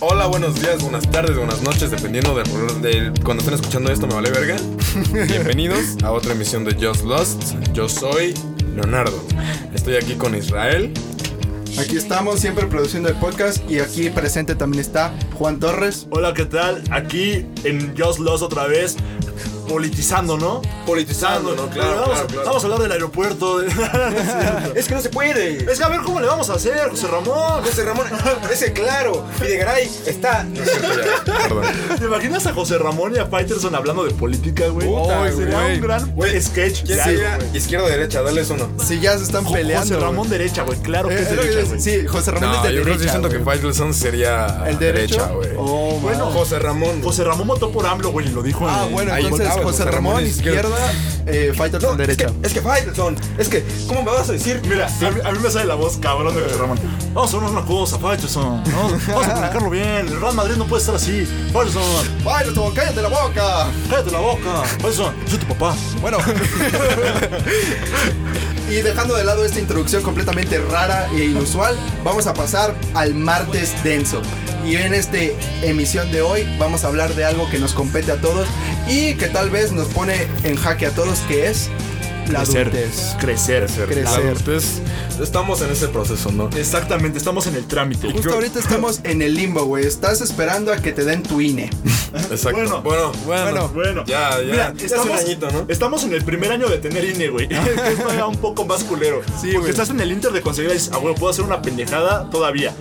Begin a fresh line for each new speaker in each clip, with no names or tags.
Hola, buenos días, buenas tardes, buenas noches, dependiendo del, del- cuando estén escuchando esto, me vale verga. Bienvenidos a otra emisión de Just Lost. Yo soy Leonardo. Estoy aquí con Israel.
Aquí estamos siempre produciendo el podcast y aquí presente también está Juan Torres.
Hola, ¿qué tal? Aquí en Just Lost otra vez, politizando, ¿no?
Politizando, ¿no? Claro,
vamos,
claro, claro.
vamos a hablar del aeropuerto. de-
Es que no se puede.
es que a ver cómo le vamos a hacer, José Ramón.
José Ramón, ese claro, Videgaray está.
Perdón.
¿Te imaginas a José Ramón y a Fighterson hablando de política, güey?
Puta,
Ay, sería
güey.
un gran
Güey,
sketch.
¿Quién
de algo,
sería
güey.
izquierda o derecha? Dales uno.
Si ya se están
Jo-
peleando.
José
güey.
Ramón derecha, güey. Claro que
Eh,
es
es lo que
derecha,
dices.
güey.
Sí, José Ramón
No,
este es de
yo creo que
derecha,
siento que
güey.
Faitelson sería
¿El derecho?
derecha, güey.
Oh,
Bueno,
bueno.
José Ramón.
José Ramón votó por AMLO, güey, y lo dijo
Ah,
en-
bueno,
Ahí
entonces
votaba,
José Ramón, izquierda, eh, Fighter
No,
con derecha.
Es que, es que Faitelson, es que, ¿cómo me vas a decir?
Mira, a mí, a mí me sale la voz cabrón de José Ramón. Vamos a hablar una cosa, Faitelson. ¿no? Vamos a comunicarlo bien. El Real Madrid no puede estar así. Faitelson,
Fighter, cállate la boca.
Cállate la boca. Eso, soy tu papá.
Bueno. y dejando de lado esta introducción completamente rara e inusual, vamos a pasar al martes denso. Y en esta emisión de hoy vamos a hablar de algo que nos compete a todos y que tal vez nos pone en jaque a todos, que es la adultez.
Crecer.
Crecer.
La adultez. Estamos en ese proceso, ¿no?
Exactamente, estamos en el trámite.
Justo ahorita estamos en el limbo, güey. Estás esperando a que te den tu E. INE.
Exacto. Bueno,
Bueno.
bueno.
Bueno, bueno.
Ya, ya.
Mira,
Ya es un
estamos,
añito, ¿no? Ah.
estamos en el primer año de tener INE, güey. Esto era un poco más culero. porque
güey.
estás en el inter de conseguir, dices, ah, güey, puedo hacer una pendejada todavía.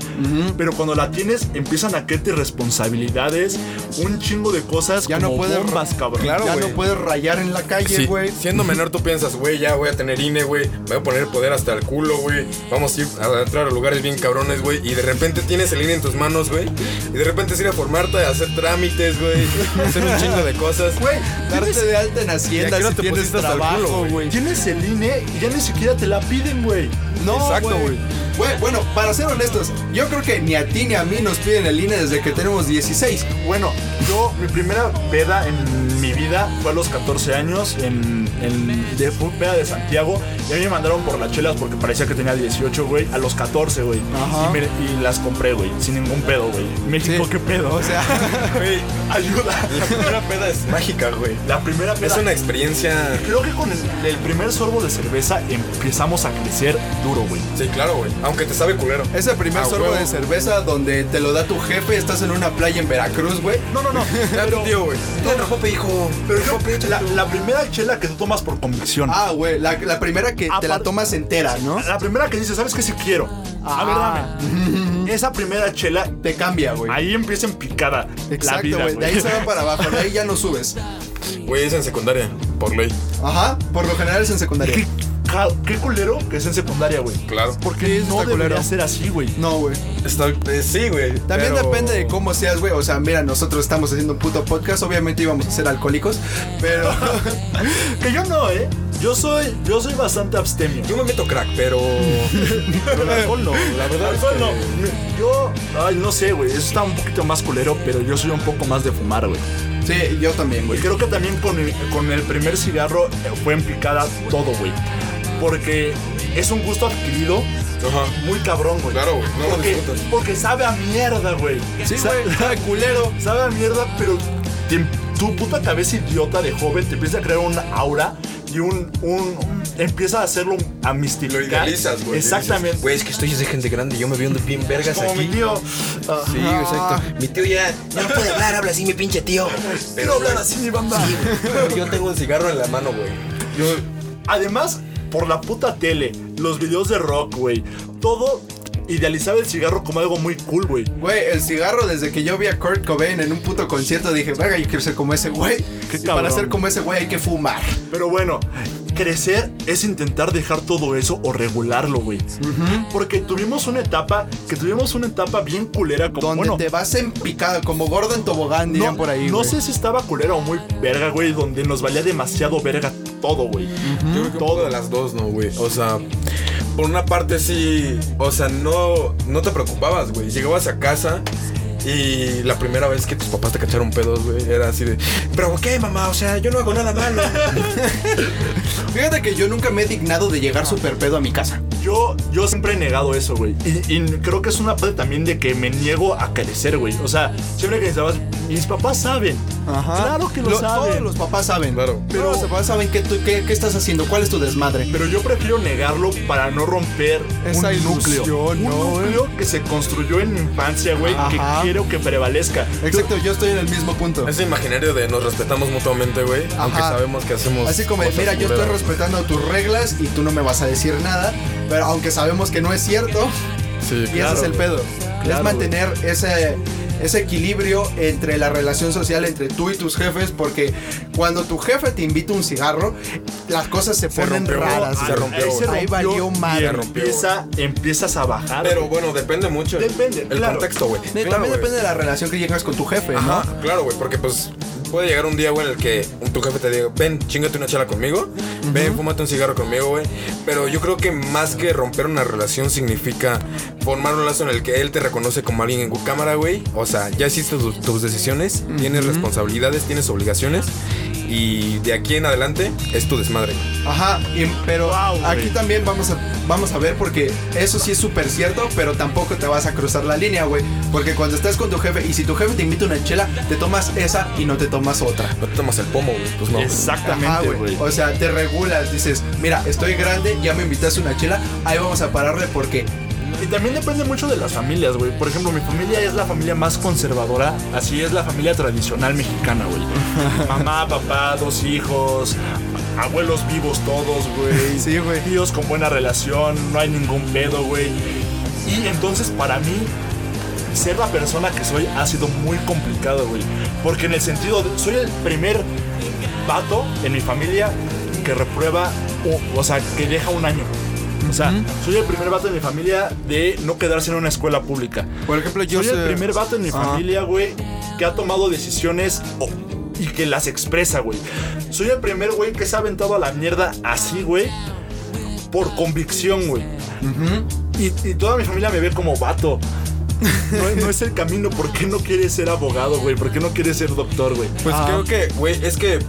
Pero cuando la tienes, empiezan a creerte responsabilidades, un chingo de cosas
Ya
como
no puedes
bombas, cabrón.
Claro,
ya
güey.
no puedes rayar en la calle,
Sí,
güey.
Siendo menor tú piensas, güey, ya voy a tener INE, güey, me voy a poner poder hasta el culo, güey. Vamos a ir a entrar a lugares bien cabrones, güey. Y de repente tienes el INE en tus manos, güey. Y de repente es ir a formarte, a hacer trámites, güey. Hacer un chingo de cosas.
Güey, darte de alta en Hacienda
¿Y a qué hora
si
te
tienes
pusiste hasta el culo,
trabajo,
güey?
güey.
Tienes el INE y ya ni siquiera te la piden, güey.
No,
Exacto, güey.
Güey, Bueno, para ser honestos, yo creo que ni a ti ni a mí nos piden el INE desde que tenemos 16.
Bueno, yo, mi primera peda en mi vida fue a los 14 años en, en de, fue peda de Santiago. Y a mí me mandaron por las chelas porque parecía que tenía 18, güey. A los 14, güey.
Ajá.
Y, me- y las compré, güey. Sin ningún pedo, güey. México,
Sí.
qué pedo.
O sea,
Güey,
ayuda.
la primera peda es mágica, güey.
La primera peda.
Es una experiencia.
Creo que con el, el primer sorbo de cerveza empezamos a crecer duro, güey.
Sí, claro, güey. Aunque te sabe culero.
es el primer
Ah,
sorbo
huevo.
de cerveza donde te lo da tu jefe, estás en una playa en Veracruz, güey.
No, no, no.
Ya tu tío, güey.
No, no, Jope, hijo.
Pero yo- la, la primera chela que tú tomas por convicción.
Ah, güey, la, la primera que te la
Aparte-
tomas entera, ¿no?
La primera que dices, ¿sabes qué? Si quiero.
Ah.
A ver, dame. Esa primera chela
Te cambia, güey.
Ahí empieza en picada la
Exacto,
vida,
güey. De ahí
güey.
se va para abajo, de ahí ya no subes.
Güey, es en secundaria, por ley.
Ajá, por lo general es en secundaria.
Qué, ca- qué culero que es en secundaria, güey.
Claro.
Porque
está
no debería
culero.
ser así, güey.
No, güey.
Está, eh, sí, güey.
También
pero-
depende de cómo seas, güey. O sea, mira, nosotros estamos haciendo un puto podcast. Obviamente íbamos a ser alcohólicos, pero.
Que yo no, ¿eh? Yo soy, yo soy bastante abstemio.
Yo me meto crack, pero.
Pero el alcohol no, la verdad.
es
Alcohol
que-
no. Yo, ay, no sé, güey. Eso está un poquito más culero, pero yo soy un poco más de fumar, güey.
Sí, yo también,
Y
güey.
creo que también con el, con el primer cigarro eh, fue en picada todo, güey. Porque es un gusto adquirido
Ajá.
muy cabrón, güey.
Claro, güey. No lo
porque,
disfrutas.
porque sabe a mierda, güey.
Sí,
Sa-
güey, sabe culero.
Sabe a mierda, pero te- tu puta cabeza idiota de joven te empieza a crear un aura y un. un empieza a hacerlo a mistificar.
Lo idealizas, güey.
Exactamente.
Güey, es que estoy de gente grande, yo me veo bien vergas
Como mi
aquí.
tío. Ah,
Sí, exacto. Mi tío ya, ya no puede hablar, habla así mi pinche tío.
quiero hablar así, mi banda.
Yo tengo un cigarro en la mano, güey. Yo.
Además, por la puta tele, los videos de rock, güey. Todo idealizaba el cigarro como algo muy cool, güey.
Güey, el cigarro desde que yo vi a Kurt Cobain en un puto concierto dije, verga, yo quiero ser como ese güey.
Qué
Y para
cabrón.
ser como ese güey hay que fumar.
Pero bueno, crecer es intentar dejar todo eso o regularlo, güey. Porque tuvimos una etapa, que tuvimos una etapa bien culera como
Donde
bueno,
te vas en picada, como gordo en tobogán, dirían
no,
por ahí.
no
güey.
sé si estaba culera o muy verga, güey, donde nos valía demasiado verga todo, güey.
Yo creo que un poco de las dos, ¿no, güey? O sea, por una parte sí, o sea, no, no te preocupabas, güey. Llegabas a casa Y la primera vez que tus papás te cacharon pedos, güey, era así de, pero ¿qué, mamá? O sea, yo no hago nada malo.
Fíjate que yo nunca me he dignado de
Ah.
llegar súper pedo a mi casa.
Yo, yo siempre he negado eso, güey. Y, y creo que es una parte también de que me niego a crecer, güey. O sea, siempre que mis papás, mis papás saben. Claro que lo, saben.
Todos los papás saben.
Claro.
Pero los papás saben qué, tú- qué, qué estás haciendo, cuál es tu desmadre.
Pero yo prefiero negarlo para no romper
Esa
un núcleo.
ilusión,
Un
¿no, güey?
núcleo que se construyó en mi infancia, güey, que
Ajá.
quiero que prevalezca.
Exacto, yo estoy en el mismo punto.
Ese imaginario de nos respetamos mutuamente, güey, aunque
Ajá.
sabemos que hacemos.
Así como,
cosas
mira, yo estoy
culeras.
respetando tus reglas y tú no me vas a decir nada, pero aunque sabemos que no es cierto,
Sí,
y
claro,
ese es el
güey.
pedo.
Claro,
es mantener ese, ese equilibrio entre la relación social entre tú y tus jefes, porque cuando tu jefe te invita un cigarro, las cosas se, ponen
rompió, ah,
raras.
se
güey.
rompió,
Ahí
güey.
se Ahí valió
y
madre.
rompió,
empieza, empiezas a bajar.
Pero
güey.
bueno, depende mucho.
Depende,
El
claro.
contexto, güey.
También
Claro, güey.
depende de la relación que llegas con tu jefe, ¿no?
Ajá, claro, güey, porque pues puede llegar un día, güey, en el que tu jefe te diga, ven, chingate una chela conmigo, ven, fúmate un cigarro conmigo, güey. Pero yo creo que más que romper una relación significa formar un lazo en el que él te reconoce como alguien en tu cámara, güey. O sea, ya hiciste tu- tus decisiones, tienes responsabilidades, tienes obligaciones. Y de aquí en adelante es tu desmadre.
Ajá, y- pero
Wow, güey.
aquí también vamos a, vamos a ver porque eso sí es súper cierto, pero tampoco te vas a cruzar la línea, güey. Porque cuando estás con tu jefe y si tu jefe te invita una chela, te tomas esa y no te tomas otra.
No te tomas el pomo, güey. Pues no.
Ajá,
Exactamente,
güey.
güey.
O sea, te regulas, dices, mira, estoy grande, ya me invitaste una chela, ahí vamos a pararle porque
Y también depende mucho de las familias, güey. Por ejemplo, mi familia es la familia más conservadora. Así es la familia tradicional mexicana, güey. Mamá, papá, dos hijos, abuelos vivos todos, güey.
Sí, güey.
Tíos con buena relación, no hay ningún pedo, güey. Y entonces para mí ser la persona que soy ha sido muy complicado, güey. Porque en el sentido, de- soy el primer vato en mi familia que reprueba, o, o sea, que deja un año. O sea, soy el primer vato de mi familia de no quedarse en una escuela pública.
Por ejemplo, yo Ah,
soy
sé-
el primer vato en mi
Ajá.
familia, güey, que ha tomado decisiones o- y que las expresa, güey. Soy el primer güey que se ha aventado a la mierda así, güey, por convicción, güey. Y, y toda mi familia me ve como vato. No, no es el camino. ¿Por qué no quieres ser abogado, güey? ¿Por qué no quieres ser doctor, güey?
Pues
Ah.
creo que, güey, es que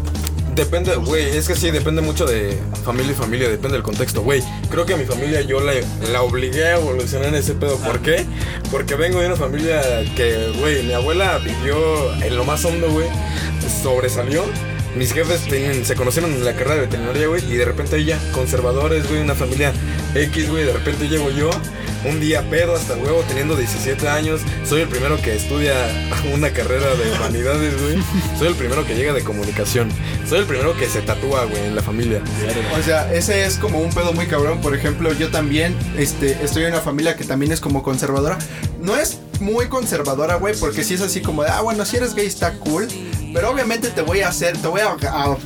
depende, güey, es que sí, depende mucho de familia y familia, depende del contexto, güey. Creo que a mi familia yo la, la obligué a evolucionar en ese pedo. ¿Por qué? Porque vengo de una familia que, güey, mi abuela vivió en lo más hondo, güey, sobresalió. Mis jefes tenían- se conocieron en la carrera de veterinaria, güey, y de repente ella, conservadores, güey, una familia X, güey, de repente llego yo, un día pedo hasta el huevo, teniendo 17 años, soy el primero que estudia una carrera de humanidades, güey, soy el primero que llega de comunicación, soy el primero que se tatúa, güey, en la familia.
O sea, ese es como un pedo muy cabrón. Por ejemplo, yo también este, estoy en una familia que también es como conservadora. No es muy conservadora, güey, porque si es así como de, ah, bueno, si eres gay está cool. Pero obviamente te voy a hacer, te voy a, a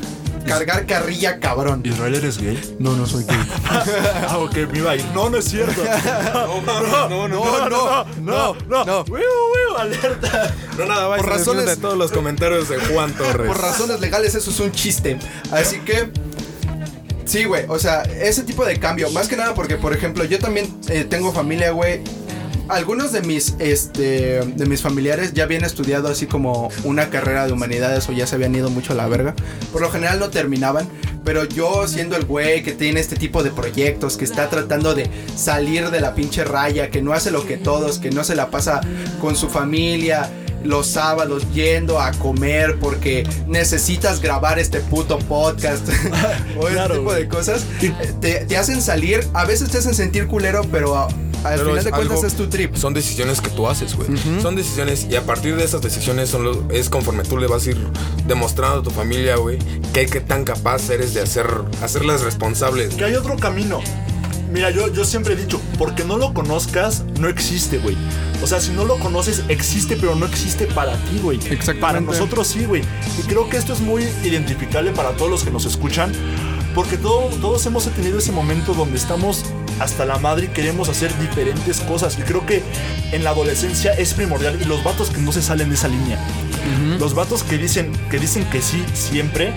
cargar carrilla cabrón.
¿Israel eres gay?
No, no soy gay.
Ah, ok, me iba a ir. No, no es cierto.
No, no, no,
no, no, no, no.
Wiu, wiu, alerta.
nada,
Por
por razones
razones-
de todos los comentarios de Juan Torres.
Por razones legales eso es un chiste. Así que... Sí, güey, o sea, ese tipo de cambio, más que nada porque, por ejemplo, yo también eh, tengo familia, güey. Algunos de mis, este, de mis familiares ya habían estudiado así como una carrera de humanidades o ya se habían ido mucho a la verga. Por lo general no terminaban, pero yo siendo el güey que tiene este tipo de proyectos, que está tratando de salir de la pinche raya, que no hace lo que todos, que no se la pasa con su familia, los sábados yendo a comer porque necesitas grabar este puto podcast o ese
Claro,
tipo
güey.
de cosas eh, te, te hacen salir a veces te hacen sentir culero pero a- al
Pero
final
es
de cuentas
algo-
es tu trip
Son decisiones que tú haces, güey. Son decisiones y a partir de esas decisiones son los- es conforme tú le vas a ir demostrando a tu familia, güey, que qué tan capaz eres de hacer hacerlas responsables.
Que hay otro camino. Mira, yo, yo siempre he dicho, porque no lo conozcas, no existe, güey. O sea, si no lo conoces, existe, pero no existe para ti, güey.
Exactamente.
Para nosotros sí, güey. Y creo que esto es muy identificable para todos los que nos escuchan, porque todo- todos hemos tenido ese momento donde estamos hasta la madre y queremos hacer diferentes cosas. Y creo que en la adolescencia es primordial. Y los vatos que no se salen de esa línea, los vatos que dicen, que dicen que sí siempre,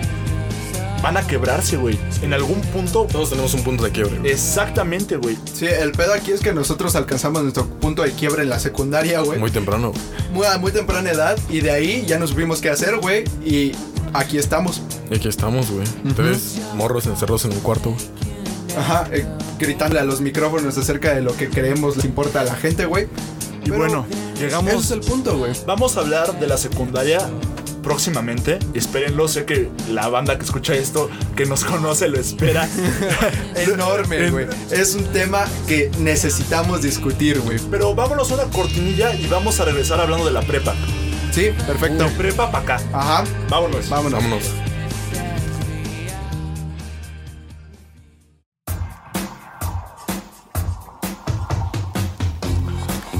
van a quebrarse, güey. En algún punto.
Todos tenemos un punto de quiebre. güey.
Exactamente, güey.
Sí, el pedo aquí es que nosotros alcanzamos nuestro punto de quiebre en la secundaria, güey.
Muy temprano. güey.
Muy, a muy temprana edad. Y de ahí ya no supimos qué hacer, güey. Y aquí estamos.
Y aquí estamos, güey. Tres morros encerrados en un cuarto, güey.
Ajá, eh, gritándole a los micrófonos acerca de lo que creemos le importa a la gente, güey.
Y bueno, llegamos-
Ese es el punto, güey.
Vamos a hablar de la secundaria próximamente. Espérenlo, sé que la banda que escucha esto, que nos conoce, lo espera.
Enorme,
En-
güey. Es un tema que necesitamos discutir, güey.
Pero vámonos a una cortinilla y vamos a regresar hablando de la prepa.
Sí,
De
perfecto.
prepa para acá.
Ajá,
Vámonos.
vámonos.
Vámonos.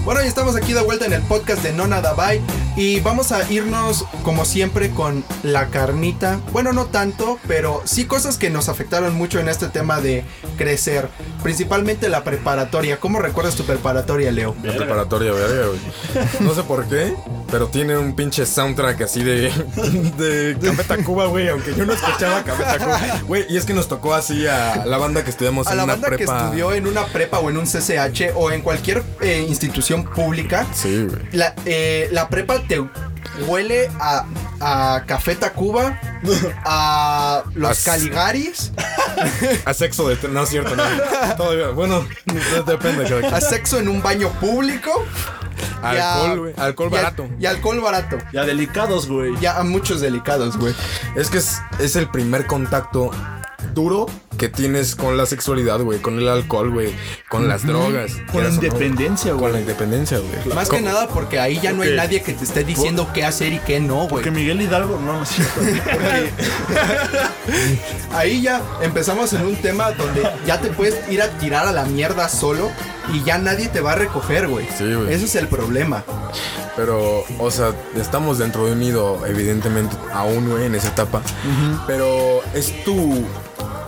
Bueno, y estamos aquí de vuelta en el podcast de No Nada Bye. Y vamos a irnos, como siempre, con la carnita. Bueno, no tanto, pero sí cosas que nos afectaron mucho en este tema de crecer. Principalmente la preparatoria. ¿Cómo recuerdas tu preparatoria, Leo?
La preparatoria, verga, güey. No sé por qué, pero tiene un pinche soundtrack así de. de Café Tacuba, güey. Aunque yo no escuchaba Café Tacuba. Güey, y es que nos tocó así a la banda que estudiamos
A
en
la
una
banda
prepa.
que estudió en una prepa o en un CCH o en cualquier eh, institución pública,
Sí, güey.
la, eh, la prepa te huele a, a Café Tacuba, a los
As-
Caligaris,
A sexo de. No es cierto, no. Todavía. Bueno, depende. cada quien.
a sexo en un baño público. y a-
Alcohol, güey. Alcohol
y a-
barato.
Y alcohol barato.
Ya delicados, güey.
Ya a muchos delicados, güey.
Es que es, es el primer contacto duro que tienes con la sexualidad, güey. Con el alcohol, güey. Con las drogas.
Con la
quieras o no.
independencia,
Con la
güey.
independencia, güey.
Más
Con-
que nada porque ahí ya no hay
Ok.
nadie que te esté diciendo qué hacer y qué no,
Que
güey.
Miguel Hidalgo, no, no es cierto.
Ahí ya empezamos en un tema donde ya te puedes ir a tirar a la mierda solo y ya nadie te va a recoger, güey.
Sí, güey.
Ese es el problema.
Pero, o sea, estamos dentro de un nido, evidentemente, aún, güey, en esa etapa. Pero es tu,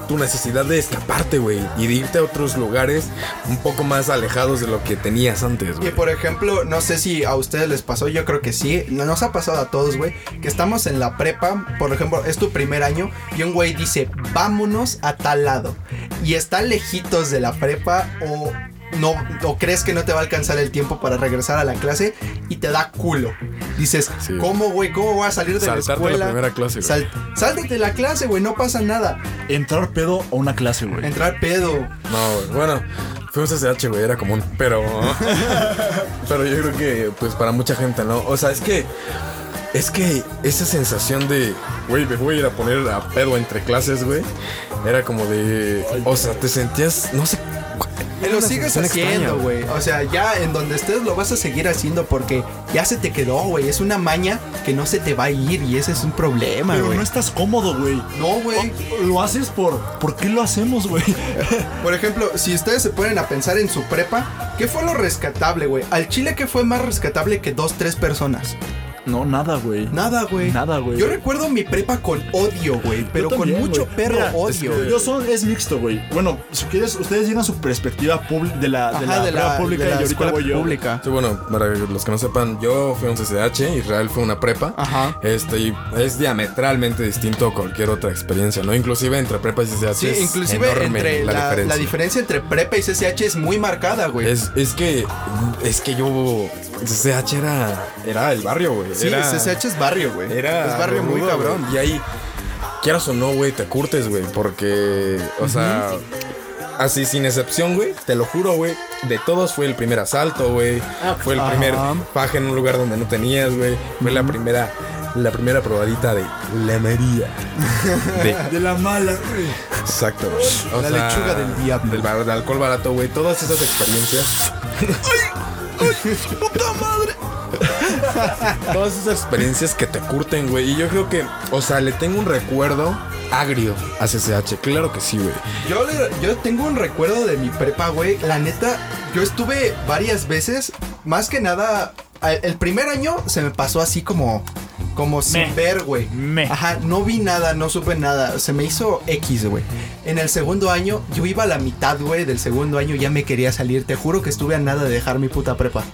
tu necesidad de escaparte, güey. Y de irte a otros lugares un poco más alejados de lo que tenías antes,
Y
güey.
por ejemplo, no sé si a ustedes les pasó, yo creo que sí, no- nos ha pasado a todos, güey, que estamos en la prepa, por ejemplo, es tu primer año y un güey dice, vámonos a tal lado. Y está lejitos de la prepa o no o crees que no te va a alcanzar el tiempo para regresar a la clase y te da culo. Dices,
Sí.
¿cómo, güey? ¿Cómo voy a salir de
Saltarte
la
la
escuela?
primera clase, güey.
Sal- sáltate la clase, güey, no pasa nada.
Entrar pedo a una clase, güey.
Entrar pedo.
No, güey. Bueno, fuimos a CH, güey, era común. Pero. pero yo creo que, pues, para mucha gente, ¿no? O sea, es que. Es que esa sensación de, güey, me voy a ir a poner a pedo entre clases, güey, era como de. O sea, te sentías, no sé.
Y
era
lo
una
sigues
sensación extraña,
haciendo, güey. O sea, ya en donde estés lo vas a seguir haciendo porque ya se te quedó, güey. Es una maña que no se te va a ir y ese es un problema,
Pero
güey.
no estás cómodo, güey.
No, güey.
Lo haces por. ¿Por qué lo hacemos, güey?
Por ejemplo, si ustedes se ponen a pensar en su prepa, ¿qué fue lo rescatable, güey? Al chile, ¿qué fue más rescatable que dos, tres personas?
No, nada, güey.
Nada, güey.
Nada, güey.
Yo recuerdo mi prepa con odio, güey. Pero
Yo también,
con mucho
güey.
perro
Mira,
odio.
es que Yo son, es mixto, güey. Bueno, si quieres, ustedes llegan su perspectiva pub- de la, de
Ajá,
la, prueba pública
de la
y ahorita
escuela
voy yo.
pública.
Sí, bueno, para los que no sepan, yo fui a un CCH, Israel fue una prepa.
Ajá.
Este, y es diametralmente distinto a cualquier otra experiencia, ¿no? Inclusive entre prepa y CCH
Sí,
es
inclusive
enorme
entre la,
la,
la diferencia.
diferencia.
entre prepa y CCH es muy marcada, güey.
Es, es que, es que yo, CCH era, era el barrio, güey.
Sí,
era,
CCH es barrio, güey.
Era
es barrio muy
rudo,
cabrón.
güey. Y ahí, quieras o no, güey, te curtes, güey. Porque, o sea, así sin excepción, güey. Te lo juro, güey. De todos fue el primer asalto, güey.
Ah,
fue el primer paje en un lugar donde no tenías, güey. Fue la primera. La primera probadita de la María.
De la mala, güey.
Exacto, güey. O
La
sea,
lechuga del diablo.
Del, bar- del alcohol barato, güey. Todas esas experiencias.
¡Puta madre!
Todas esas experiencias que te curten, güey. Y yo creo que, o sea, le tengo un recuerdo agrio a CCH. Claro que sí, güey.
Yo, le- yo tengo un recuerdo de mi prepa, güey. La neta, yo estuve varias veces. Más que nada, a- el primer año se me pasó así como, como sin
Meh.
ver, güey.
Meh.
Ajá, no vi nada, no supe nada. Se me hizo X, güey. En el segundo año, yo iba a la mitad, güey, del segundo año. Ya me quería salir. Te juro que estuve a nada de dejar mi puta prepa.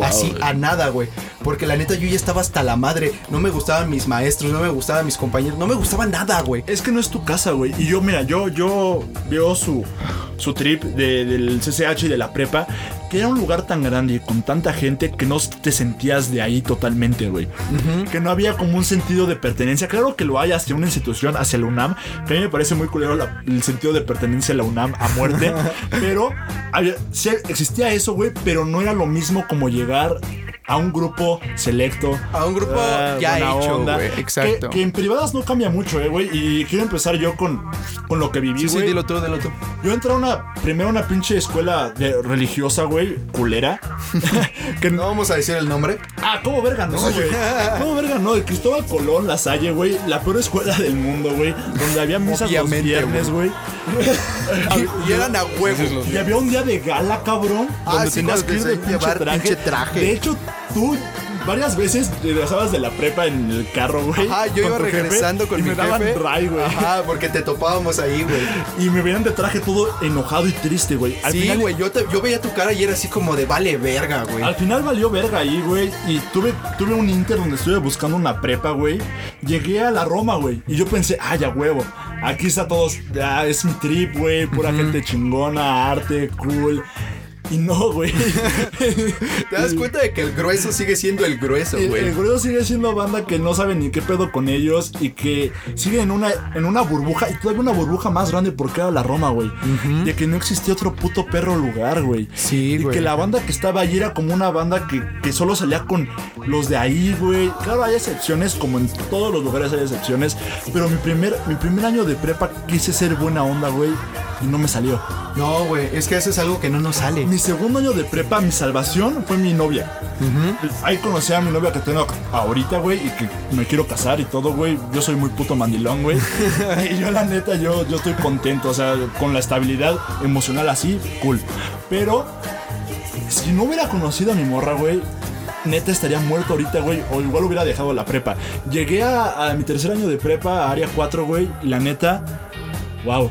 así
güey.
a nada, güey. Porque la neta yo ya estaba hasta la madre. No me gustaban mis maestros, no me gustaban mis compañeros, no me gustaba nada, güey.
Es que no es tu casa, güey. Y yo, mira, yo, yo veo su, su trip de- del CCH y de la prepa, que era un lugar tan grande y con tanta gente que no te sentías de ahí totalmente, güey. Que no había como un sentido de pertenencia. Claro que lo hay hacia una institución, hacia la UNAM, que a mí me parece muy culero la- el sentido de pertenencia a la UNAM a muerte. pero había- sí existía eso, güey, pero no era lo mismo como llegar a un grupo selecto.
A un grupo
ah,
ya
buena
hecho,
onda.
güey.
Que-
Exacto.
que en privadas no cambia mucho, eh, güey. Y quiero empezar yo con, con lo que viví,
Sí,
güey.
sí, dilo tú, dilo tú.
Yo entré a una, primero a una pinche escuela de, religiosa, güey, culera. que
No
no.
vamos a decir el nombre.
Ah, ¿cómo verga no, güey? ¿Cómo verga no? De Cristóbal Colón, La Salle, güey. La peor escuela del mundo, güey. Donde había misas
Obviamente,
los viernes, güey.
Y, y eran a huevo.
Y había un día de gala, cabrón.
Ah,
donde
sí,
tenías
cuando
que ir de
tenías que
pinche
llevar
traje.
pinche traje.
De hecho, tú varias veces regresabas de la prepa en el carro, güey.
Ajá, yo
con
iba
tu jefe,
regresando con
y
mi
me daban
jefe.
ray, güey.
Ajá, porque te topábamos ahí, güey.
Y me veían de traje todo enojado y triste, güey. Al
Sí,
final- Ah.
güey, yo, te- yo veía tu cara y era así como de vale verga, güey.
Al final valió verga ahí, güey. Y tuve, tuve un inter donde estuve buscando una prepa, güey. Llegué a la Roma, güey. Y yo pensé, ay, a huevo. Aquí está todos. ah, es mi trip, güey. Pura gente chingona, arte, cool. Y no, güey.
Te das cuenta de que el grueso sigue siendo el grueso,
El-
güey.
El grupo sigue siendo banda que no sabe ni qué pedo con ellos y que sigue en una, en una burbuja y todavía una burbuja más grande porque era la Roma, güey. De que no existía otro puto perro lugar, güey.
Sí,
Y
güey.
que la banda que estaba allí era como una banda que, que solo salía con los de ahí, güey. Claro, hay excepciones, como en todos los lugares hay excepciones. Pero mi primer, mi primer año de prepa quise ser buena onda, güey. Y no me salió.
No, güey, es que eso es algo que no nos sale.
Mi segundo año de prepa, mi salvación fue mi novia. Ahí conocí a mi novia que tengo ahorita, güey, y que me quiero casar y todo, güey. Yo soy muy puto mandilón, güey. y yo, la neta, yo, yo estoy contento, o sea, con la estabilidad emocional así, cool. Pero, si no hubiera conocido a mi morra, güey, neta estaría muerto ahorita, güey, o igual hubiera dejado la prepa. Llegué a, a mi tercer año de prepa, a área 4, güey, y la neta, wow.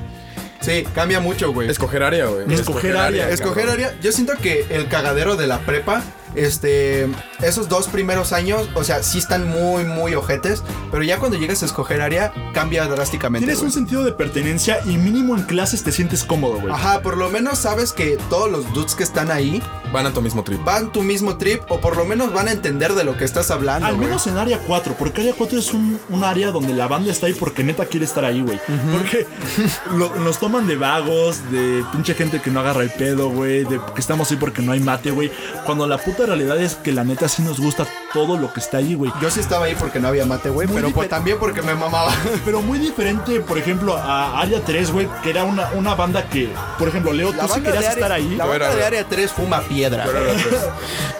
Sí, cambia mucho, güey.
Escoger área, güey.
Escoger área,
Escoger área, yo siento que el cagadero de la prepa, este, esos dos primeros años, o sea, sí están muy, muy ojetes, pero ya cuando llegas a escoger área, cambia drásticamente.
Tienes un
güey.
sentido de pertenencia y mínimo en clases te sientes cómodo, güey.
Ajá, por lo menos sabes que todos los dudes que están ahí
cabrón. Van a tu mismo trip.
van tu mismo trip o por lo menos van a entender de lo que estás hablando.
Al
güey.
menos en área 4, porque área 4 es un, un área donde la banda está ahí porque neta quiere estar ahí, güey. Porque lo- nos toman de vagos, de pinche gente que no agarra el pedo, güey, de que estamos ahí porque no hay mate, güey. Cuando la puta realidad es que la neta sí nos gusta todo lo que está ahí, güey.
Yo sí estaba ahí porque no había mate, güey,
Muy
pero pues
difer-
también porque me mamaba.
Pero muy diferente, por ejemplo, a área 3, güey, que era una, una banda que, por ejemplo, Leo, tú sí querías
de área,
estar ahí.
La
Yo
banda
era-
de área 3 fuma piedra.
Pero era la tres.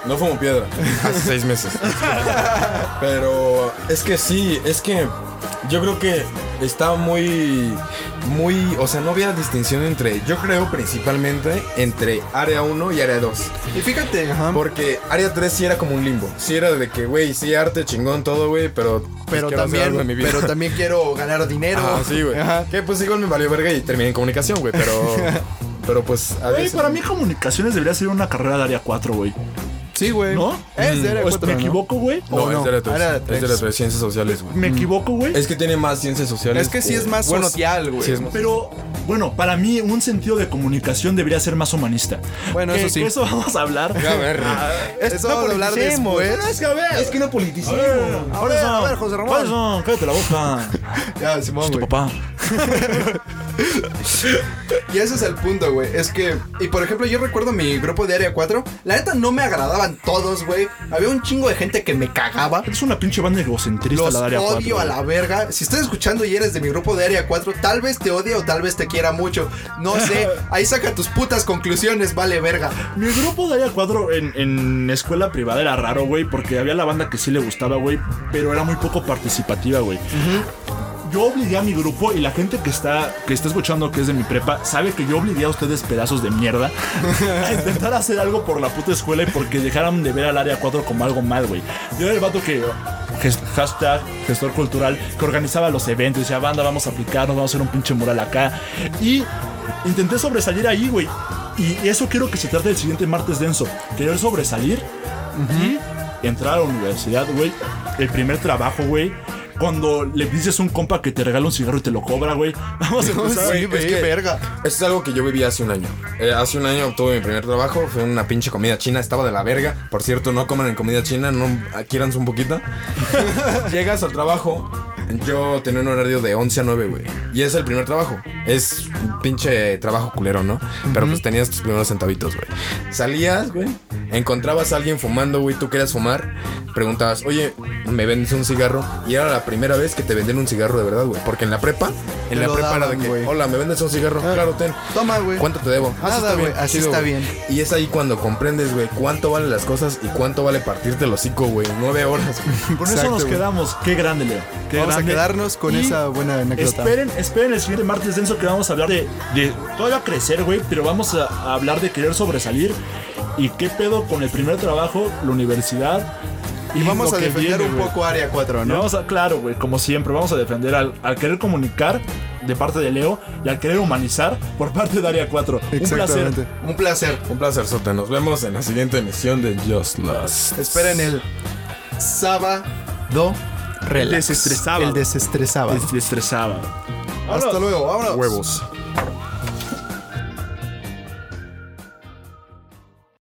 No fumo piedra. Hace seis meses. Pero es que sí, es que yo creo que estaba muy, muy, o sea, no había distinción entre, yo creo principalmente entre área 1 y área 2.
Y fíjate, ajá.
Porque área 3 sí era como un limbo. Sí era de que, güey, sí, arte, chingón, todo, güey, pero... pues,
pero
quiero hacer algo
también,
en mi vida.
pero también quiero ganar dinero.
Ah, sí, güey.
Ajá.
Que pues igual me valió verga y terminé en comunicación, güey, pero... Pero pues... a
Güey,
veces-
para mí comunicaciones debería ser una carrera de área 4, güey.
Sí, güey.
¿No?
Es de área
Pues,
4,
¿Me
¿no?
equivoco, güey?
No,
no,
es de la 3.
área de
Es de la
tres.
3, ciencias sociales, güey.
¿Me equivoco, güey?
Es que tiene más ciencias sociales.
Es que sí
o-
es más social, güey.
sí es más-
Pero bueno, para mí un sentido de comunicación debería ser más humanista.
Bueno,
Que-
eso sí.
que eso vamos a hablar.
A ver.
Eso vamos a hablar después.
que a ver. Es que no politicemos.
A ver, a ver, José Ramón. ¿Cuáles son? Cállate la boca.
Ya, Simón,
tu
güey.
papá.
Y ese es el punto, güey. Es que, y por ejemplo, yo recuerdo mi grupo de área 4. La neta no me agradaban todos, güey. Había un chingo de gente que me cagaba.
Es una pinche banda egocentrista
Los
la de área
odio
cuatro,
a la verga. Si estás escuchando y eres de mi grupo de área 4, tal vez te odie o tal vez te quiera mucho. No sé. Ahí saca tus putas conclusiones, vale verga.
Mi grupo de área 4 en, en escuela privada era raro, güey, porque había la banda que sí le gustaba, güey, pero era muy poco participativa, güey. Yo obligué a mi grupo y la gente que está, que está escuchando que es de mi prepa sabe que yo obligué a ustedes pedazos de mierda a intentar hacer algo por la puta escuela y porque dejaran de ver al área 4 como algo mal, güey. Yo era el vato que ges- hashtag gestor cultural que organizaba los eventos, decía banda, vamos a aplicarnos, vamos a hacer un pinche mural acá. Y intenté sobresalir ahí, güey. Y eso quiero que se trate el siguiente martes denso. Querer sobresalir Y entrar a la universidad, güey. El primer trabajo, güey. Cuando le dices a un compa que te regala un cigarro y te lo cobra, güey. Vamos a empezar.
güey,
Sí,
es
güey,
que-
verga.
Eso es algo que yo viví hace un año. Eh, hace un año obtuve mi primer trabajo, fue una pinche comida china, estaba de la verga. Por cierto, no coman en comida china, no adquiéranse un poquito. Llegas al trabajo, yo tenía un horario de 11 a 9, güey. Y es el primer trabajo. Es un pinche trabajo culero, ¿no? Pero pues tenías tus primeros centavitos, güey. Salías, güey, encontrabas a alguien fumando, güey, tú querías fumar, preguntabas, oye, ¿me vendes un cigarro? Y era la primera vez que te venden un cigarro de verdad, güey. Porque en la prepa, en
Te
la
lo
prepa era de
daban,
que,
güey.
hola, ¿me vendes un cigarro? Claro, ten.
Toma, Ah. güey.
¿Cuánto te debo?
Nada,
está
güey,
bien,
así
chido,
está
güey.
bien.
Y es ahí cuando comprendes, güey, cuánto valen las cosas y cuánto vale partirte el hocico, güey. Nueve horas. güey.
Con
Exacto,
eso nos
güey.
quedamos. Qué grande, Leo. Qué
Vamos a
grande.
quedarnos con esa buena anécdota.
eh? Esperen, esperen el siguiente martes denso que vamos a hablar de, de todavía crecer, güey, pero vamos a, a hablar de querer sobresalir y qué pedo con el primer trabajo, la universidad.
Y vamos
lo
a
que
defender
viene,
un
güey.
poco Área 4,
Y
¿no?
Vamos a, claro, güey, como siempre, vamos a defender al, al querer comunicar de parte de Leo y al querer humanizar por parte de Área 4. Un placer.
Exactamente. Un placer.
Un placer, Sote. Nos vemos en la siguiente emisión de Just Lost.
Esperen el sábado. Relax.
desestresaba.
El desestresaba.
Te estresaba.
Hasta luego, vámonos.
Huevos.